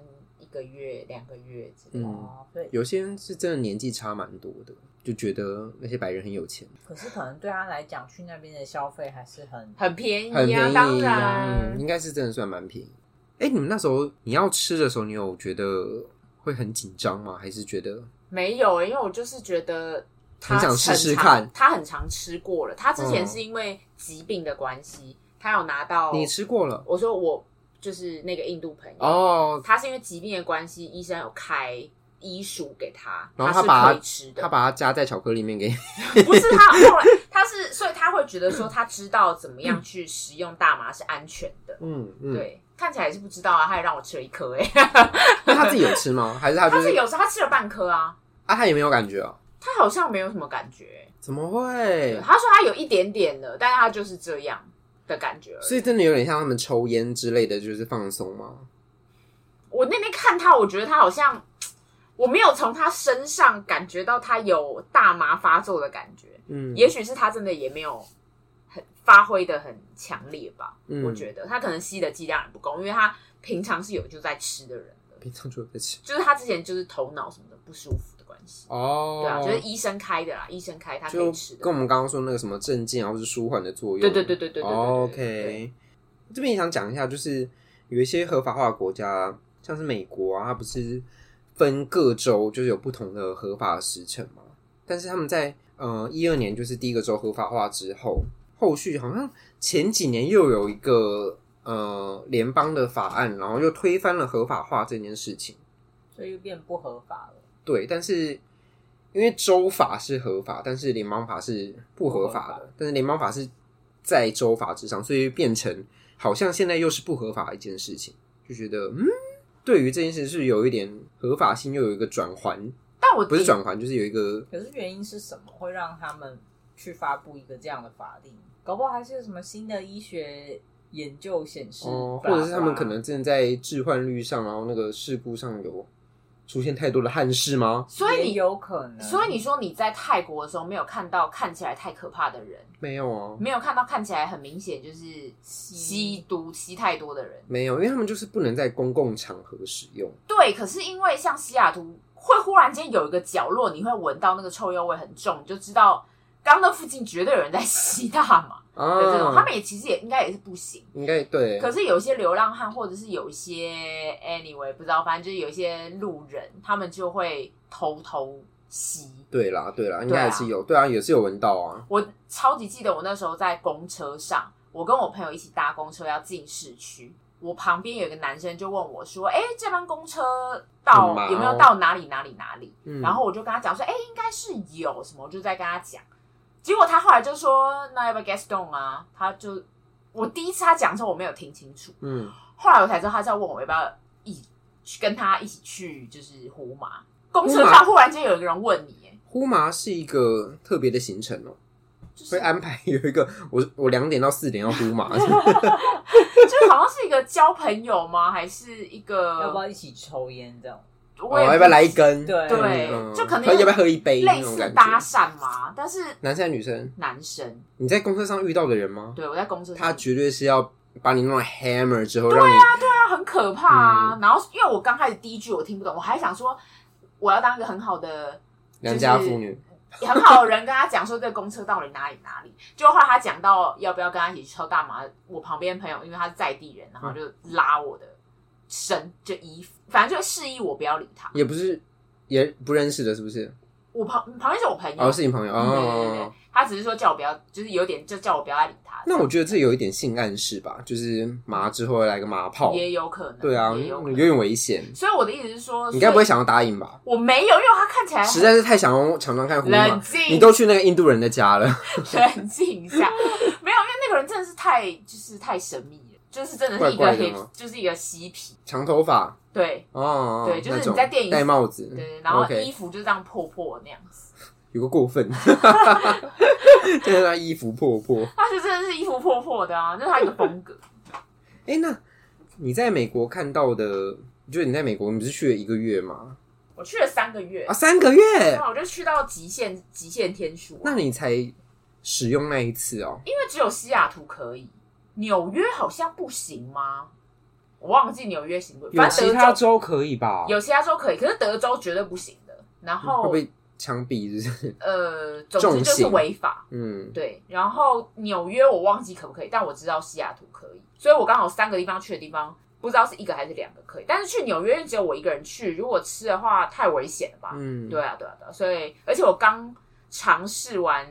一个月、两个月之类
嗯
的。
哦，对，
有些人是真的年纪差蛮多的，就觉得那些白人很有钱，
可是可能对他来讲，去那边的消费还是很
很便宜
很便
啊，
宜
当
啊，
然
嗯，应该是真的算蛮便宜。哎、你们那时候你要吃的时候，你有觉得会很紧张吗？还是觉得
没有、欸因为我就是觉得他
很想试试
常
看
他很常吃过了，他之前
嗯
是因为疾病的关系，他有拿到。
你吃过了？
我说我就是那个印度朋友，
哦，
他是因为疾病的关系，医生有开医书给他，
然后
他
他
是
把
可以
它
吃的。
他把它加在巧克力里面给你。
不是他后来他是，所以他会觉得说他知道怎么样去食用大麻是安全的。
嗯，嗯，
对，看起来也是不知道啊，他也让我吃了一颗哎、
那他自己有吃吗？还是 他就
他
是
是有时候他吃了半颗啊，
啊，他也没有感觉哦？
他好像没有什么感觉、
怎么会？
他说他有一点点的，但是他就是这样的感觉而已。
所以真的有点像他们抽烟之类的，就是放松吗？
我那天看他，我觉得他好像我没有从他身上感觉到他有大麻发作的感觉，
嗯，
也许是他真的也没有很发挥的很强烈吧。
嗯
我觉得他可能吸的剂量也不够，因为他平常是有就在吃的人的，
平常就有在吃
就是他之前就是头脑什么的不舒服的关系。
哦，
对啊，就是医生开的啦，医生开他可以吃
就
的。
跟我们刚刚说那个什么镇静啊，或是舒缓的作用。
对对对对对对对对对
哦 OK，这边也想讲一下，就是有一些合法化的国家，像是美国啊，它不是分各州就是有不同的合法时程嘛，但是他们在呃一二年就是第一个州合法化之后，后续好像前几年又有一个呃联邦的法案，然后又推翻了合法化这件事情。
所以又变不合法了。
对，但是因为州法是合法，但是联邦法是不合
不
法
合
的，但是联邦法是在州法之上，所以变成好像现在又是不合法的一件事情，就觉得嗯，对于这件事是有一点合法性又有一个转环，
但我
不是
顶
转环，就是有一个
可是原因是什么会让他们去发布一个这样的法令？搞不好还是有什么新的医学研究显示，
哦，
爸爸
或者是他们可能真的在置换率上，然后那个事故上有出现太多的憾事吗？
所以
也
你
有可能，
所以你说你在泰国的时候没有看到看起来太可怕的人，
没有啊，
没有看到看起来很明显就是吸
吸
毒吸太多的人。
没有，因为他们就是不能在公共场合使用。
对，可是因为像西雅图，会忽然间有一个角落，你会闻到那个臭鼬味很重，你就知道刚那附近绝对有人在 吸大麻的这种。他
啊，
们也其实也应该也是不行。
应该对，
可是有一些流浪汉，或者是有一些 anyway 不知道，反正就是有一些路人，他们就会偷偷吸。
对啦，对啦，应
对啊
该还是有，对啊，也是有闻到啊。
我超级记得我那时候在公车上，我跟我朋友一起搭公车要进市区，我旁边有一个男生就问我说：“哎、这班公车到
很忙哦
有没有到哪里哪里哪里？”
嗯，
然后我就跟他讲说：“哎、应该是有什么。”我就在跟他讲，结果他后来就说：“那要不要 get stone 啊？”他就我第一次他讲的时候我没有听清楚，
嗯，
后来我才知道他是要问我要不要一去跟他一起去，就是胡麻公车
胡麻
上忽然间有一个人问你、哎
呼麻是一个特别的行程哦、
就是
会安排有一个我我两点到四点要呼 麻，
就好像是一个交朋友吗？还是一
要不要
个？
一起抽烟这样？
我
我也
哦要不要来一根？
对
对
嗯
就可能
喝要不要喝一杯那
类
种
似
感
搭
觉？
讪嘛？但是
男生还是女生？
男生，
你在公车上遇到的人吗？
对我在公车上，
他绝对是要把你弄来 hammer 之
啊
后，让你
他很可怕啊。
嗯
然后因为我刚开始第一句我听不懂，我还想说我要当一个很好的
良家妇女。
很好的人跟他讲说这个公车到底哪里哪里，就后来他讲到要不要跟他一起去抽大麻，我旁边朋友因为他是在地人，然后就拉我的身就衣服，反正就示意我不要理他。
也不是也不认识的，是不是？
我旁旁边是我朋友，
哦，是你朋友
对对对
哦
对。，他只是说叫我不要，就是有点就叫我不要再理他。
那我觉得这有一点性暗示吧，就是麻之后来个麻炮，
也有可能，
对啊，
也有
有
可能。
点危险。
所以我的意思是说，
你该不会
所
想要答应吧
以？我没有，因为他看起来很
实在是太想要常常看胡
冷
马，
静，
你都去那个印度人的家了，
冷静一下。没有，因为那个人真的是太就是太神秘了，就是真的是一个
怪怪的
黑
吗，
就是一个嬉皮。
长头发
对
哦，
对就是
那种
你在电影
戴帽子，
对，然后
嗯 OK
衣服就这样破破那样子，
有个过 分，就是他衣服破破。
他就啊真的是衣服破破的啊，就是他一个 风格。
哎、那你在美国看到的，就是你在美国，你不是去了一个月吗？
我去了三个月
啊，，三个月
那、，我就去到极限极限天数啊、
那你才使用那一次哦。
因为只有西雅图可以，纽约好像不行吗？我忘记纽约行不行，
有
反正
其
德
他
州
州可以吧？
有其他州可以，可是德州绝对不行的。然
会
后
被枪毙，是不是？
呃，总之就
重
是
刑
违法。
嗯，
对，然后纽约我忘记可不可以，但我知道西雅图可以，所以我刚好三个地方去的地方，不知道是一个还是两个可以。但是去纽约因为只有我一个人去，如果吃的话太危险了吧？
嗯，
对啊，对啊，对啊。所以，而且我刚尝试完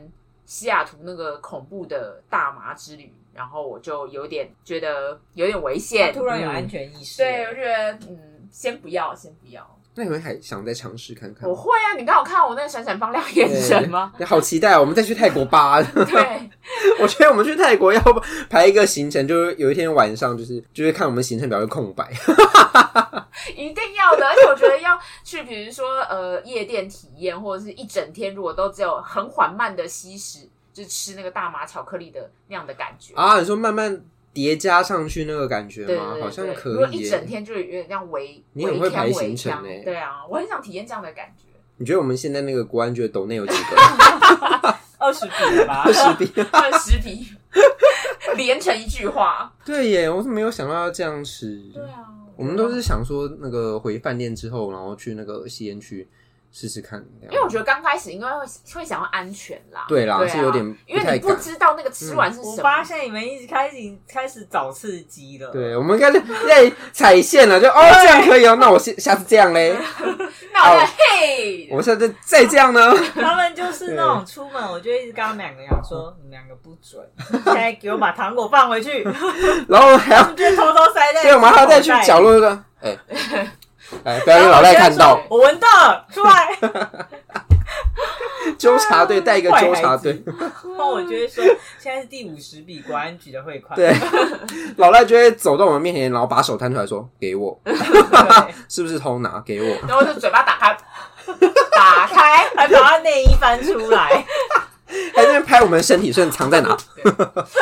西雅图那个恐怖的大麻之旅，然后我就有点觉得有点危
他
险，
啊
嗯
突然有安全意识，
对，我觉得嗯，先不要，先不要。
那你们还想再尝试看看
我
吗？
会啊，你刚好看我那个闪闪发亮的眼神吗？
好期待、哦，我们再去泰国 吧！
对，
我觉得我们去泰国要不排一个行程，就是有一天晚上，就是就是看我们行程表的空白。
一定要的。而且我觉得要去，比如说呃夜店体验，或者是一整天，如果都只有很缓慢的吸食，就吃那个大麻巧克力的那样的感觉。
啊，你说慢慢叠加上去那个感觉
对对
吗？
对
好像
对
可以耶。
如果一整天就有点像围
你很
围
会
腔
排
围
行程
腔
欸
对啊，我很想体验这样的感觉。
你觉得我们现在那个国安局的斗内有 几个？
二十笔吧，
十笔。
这个实体 连成一句话。
对耶，我是没有想到要这样吃。
对啊，
我们都是想说那个回饭店之后，然后去那个吸烟区试试看，因
因为我觉得刚开始应该会会想要安全啦，
对啦
啊
是有点
因为
太
你不
敢。嗯
知道那个吃完是
我
什
发
么，
现你们一直开始开始找刺激了。
对，我们刚才在哎踩线了，就哦这样可以哦，那我下下次这样嘞，
那我就
哦
嘿，
我下次再这样呢，
他们就是那种出门，我就一直跟他们两个讲 说，你们两个不准，现在给我把糖果放回去，
然后还
他
要
们就偷偷 塞在口袋。
对，我们还要再去角落那个，哎、哎，不要让老赖看到，
我闻到了，出来。
纠察队带一个纠察队，
然后我就会说，现在是第五十笔国安局的汇款。
对，老赖就会走到我们面前，然后把手摊出来说：“给我，
对
是不是偷拿？给我。
然后就嘴巴 打开，打开，
哎还把他内衣翻 出来，”
还在那边拍我们身体，甚至藏在哪？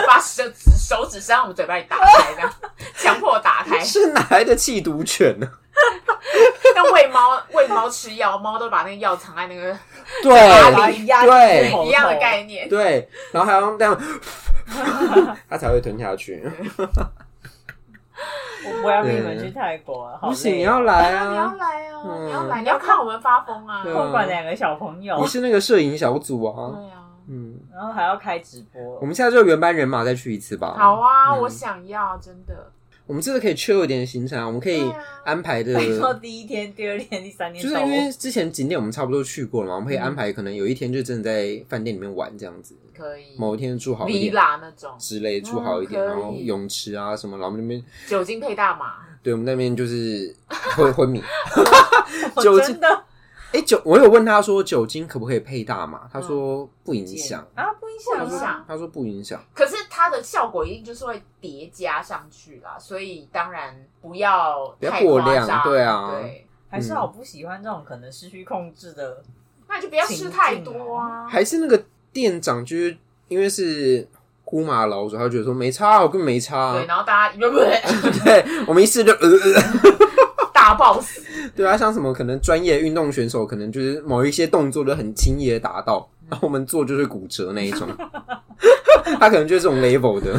把手指手指伸到我们嘴巴里打开，这样 强迫打开。
是哪来的缉毒犬呢、
那喂猫喂猫吃药，猫都把那个药藏在那个
把
对
你压进
对
头
一样的概念。
对，然后还要这样，它才会吞下去。
我不要逼你们去泰国了，好
不行，
累
你
哦
要来
你要
啊！
来啊！
嗯
你要来，你要看我们发疯啊！
对啊
控管两个小朋友
你，是那个摄影小组啊，
对啊，
嗯，
然后还要开直播
我，们现在就原班人马再去一次吧。
好啊，
嗯
我想要，真的。
我们这次可以缺一点行程啊，我们可以
对啊
安排的。
你说第一天、第二天、第三天，
就是
到
因
我
为之前景点我们差不多去过了嘛，我们可
嗯
以安排可能有一天就真的在饭店里面玩这样子，
可以
某一天住好一点
villa 那种
之类，住好一点，
哦可以
然后泳池啊什么，然后我们那边
酒精配大麻，
对我们那边就是 昏昏迷。
我
酒精
真的
哎、酒我有问他说酒精可不可以配大麻，他说不影响，
啊，不影响
嗯不影响
啊，
他说不影响。
可是它的效果一定就是会叠加上去啦，所以当然不要
不要
太
过
夸
量
张
对啊
对，
还是好不喜欢这种可能失去控制的，
那你就不要吃太多啊。
还是那个店长就是因为是姑妈老鼠，他觉得说没差啊，我根本没差
对，
啊。
然后大家不
对，我们一试就呃呃呃
大暴死，
对啊，像什么可能专业运动选手，可能就是某一些动作都很轻易的达到，然后我们做就是骨折那一种， 他可能就是这种 level 的。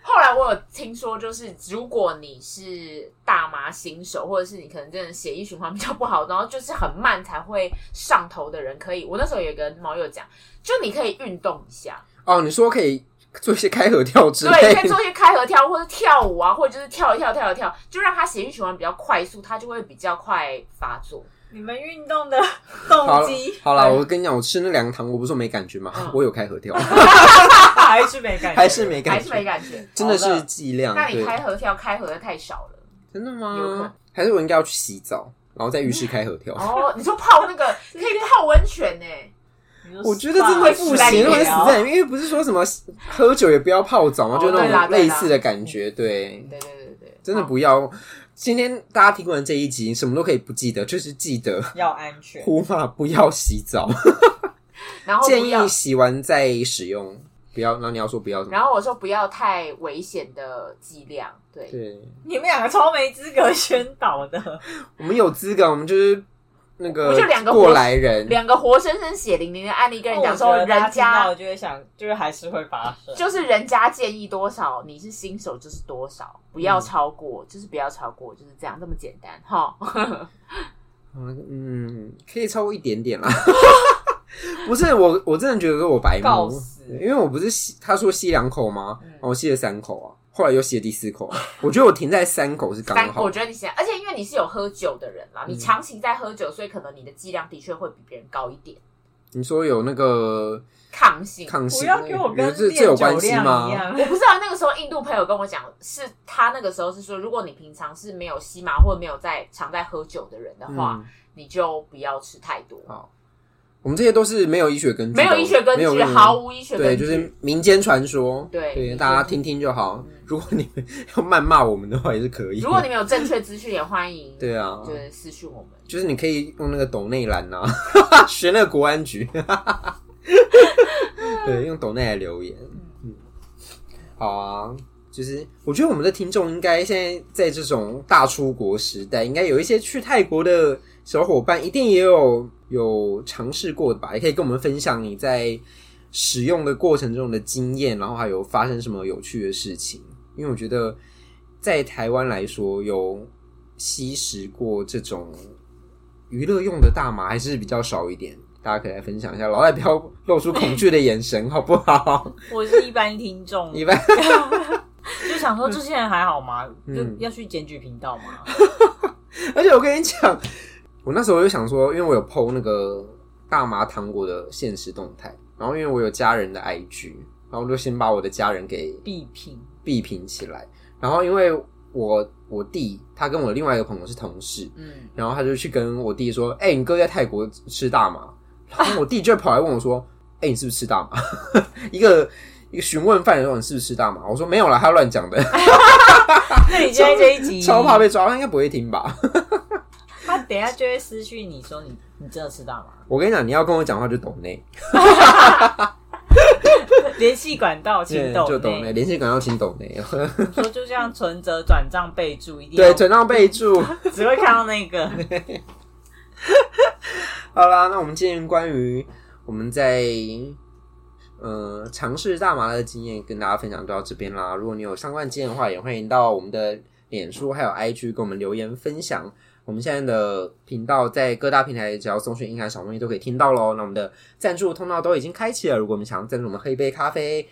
后来我有听说，就是如果你是大麻新手，或者是你可能真的血液循环比较不好，然后就是很慢才会上头的人，可以。我那时候有跟毛友讲，就你可以运动一下，
哦，你说可以做一些开合跳之
对，
类
你可以
的，
做一些开合跳或者跳舞啊，或者就是跳一跳跳一跳，就让他血液循环比较快速，他就会比较快发作。
你们运动的
好
动
了
机
好了，我跟你讲，我吃那两个糖，我不是说没感觉吗？
嗯
我有开合跳，
还是没感觉，
还是没
还
感
是
觉，
没感觉。
真的
好
是
了
剂量。
那你
对，
开合跳开合的太少了。
真的
有可能
吗？还是我应该要去洗澡，然后在浴室开合跳？
哦，你说泡那个可以泡温泉呢、欸
你说
我觉得真的不
死在里
行，
面
会
哦
死在里面，因为不是说什么喝酒也不要泡澡嘛，
哦
就
对
那
啦嗯
种
对
类
啦
似的感觉，对。
对对对对，
真的不要。今天大家听完这一集，什么都可以不记得，就是记得
要安全，
呼嘛不要洗澡，
然后哦不
建
要
议洗完再使用，不要。那你要说不要什么？
然后我说不要太危险的剂量，对，
对，
你们两个超没资格宣导的，
我们有资格，我们就是那
我
个
们就两个
过来人，
两个活生生血淋淋的案例跟你讲说，
哦我觉得大
人
听到
家
我就会想，就是还是会发生，
就是人家建议多少，你是新手就是多少，不要超过，就是不要超过，就是这样，这么简单哈。
嗯，可以超过一点点啦。 不是我，我真的觉得说我白
告
目，
死
因为我不是吸，他说吸两口吗？
嗯
然后我吸了三口啊，后来又吸了第四口啊，我觉得我停在三口是刚
但
好嗯
我。觉得你想，而且因为你是有喝酒的人啦，你长期在喝酒，所以可能你的剂量的确会比别人高一点，
你说有那个
抗性。
抗性
不
那
要
个，
给我跟
这这
练
有
酒
关系
量
吗
一？样。
我不知道那个时候印度朋友跟我讲，是他那个时候是说，如果你平常是没有吸麻或者没有在常在喝酒的人的话，
嗯
你就不要吃太多。
好，我们这些都是没有医学根据的，哦
没有医学根
没有
据，
任何
毫无医学根
对，就
据，
是民间传说，
对民间嗯
大家听听就好。如果你们 要谩骂我们的话，也是可以。
如果你们有正确资讯，也欢 迎
对啊
就是私讯我们。
就是你可以用那个抖内栏呐， 学那个国安局，对，用抖内来留言。嗯，好啊。就是我觉得我们的听众应该现在在这种大出国时代，应该有一些去泰国的小伙伴，一定也有有尝试过的吧？也可以跟我们分享你在使用的过程中的经验，然后还有发生什么有趣的事情。因为我觉得在台湾来说，有吸食过这种娱乐用的大麻还是比较少一点，大家可以来分享一下。老赖不要露出恐惧的眼神，好不好？
我是一般听众，
一般
就想说这些人还好吗？就
嗯
要去检举频道吗？
而且我跟你讲，我那时候就想说，因为我有 PO 那个大麻糖果的现实动态，然后因为我有家人的 IG，然后我就先把我的家人给
必 评，
闭屏起来。然后因为我我弟他跟我另外一个朋友是同事，
嗯，
然后他就去跟我弟说：“哎、你哥在泰国吃大麻。”然后我弟就跑来问我说：“哎、你是不是吃大麻？” 一个一个询问犯人说：“你是不是吃大麻？”我说：“没有啦，他乱讲的，
那你今天这一集，
超怕被抓，他应该不会听吧？”
他等一下就会私讯你说你你真的吃大麻，
我跟你讲，你要跟我讲话就懂内，
联系管道请抖
就懂内，
内，
联系管要请懂内。
你说就像存折转账备注一定
对，
要，
转账备注。
只会看到那个，
好啦，那我们今天关于我们在呃尝试大麻的经验跟大家分享就到这边啦。如果你有相关经验的话，也欢迎到我们的脸书还有 IG 跟我们留言分享。我们现在的频道在各大平台只要搜寻“英海小东西”都可以听到喽。那我们的赞助通道都已经开启了，如果你想要赞助我们喝一杯咖啡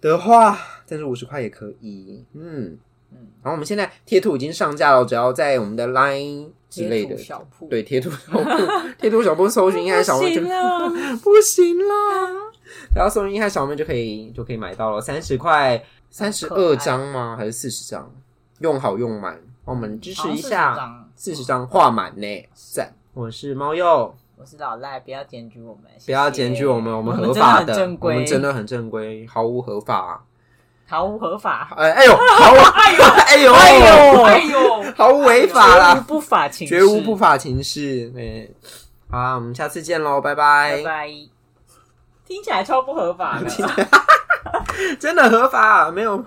的话，赞助五十块也可以。嗯嗯
嗯，
然后我们现在贴图已经上架了，只要在我们的 Line 之类
截
的
图小铺，
对，贴图小布，贴图小布搜寻“硬汉小
不
妹”就
行啊了，
不行啦。然后搜寻“硬汉小妹”就可以就可以买到了，三十块，三十二张吗？还是四十张？用好用满，帮我们支持一下。
好
四十张画满呢，赞！我是猫鼬，
我是老赖，不要检举我们，谢谢
不要检举我们，我
我
们合法
真的很正规，
我们真的很正规，毫无合法。
毫无合法，
哎哎呦，毫无， 哎呦，
啊哎呦，哎
毫无违法
绝
啦
无，不法情事，
绝无不法情事。对，好啦，我们下次见喽，
拜拜。听起 来啊超不合法的，啊
真的合法、没有
我们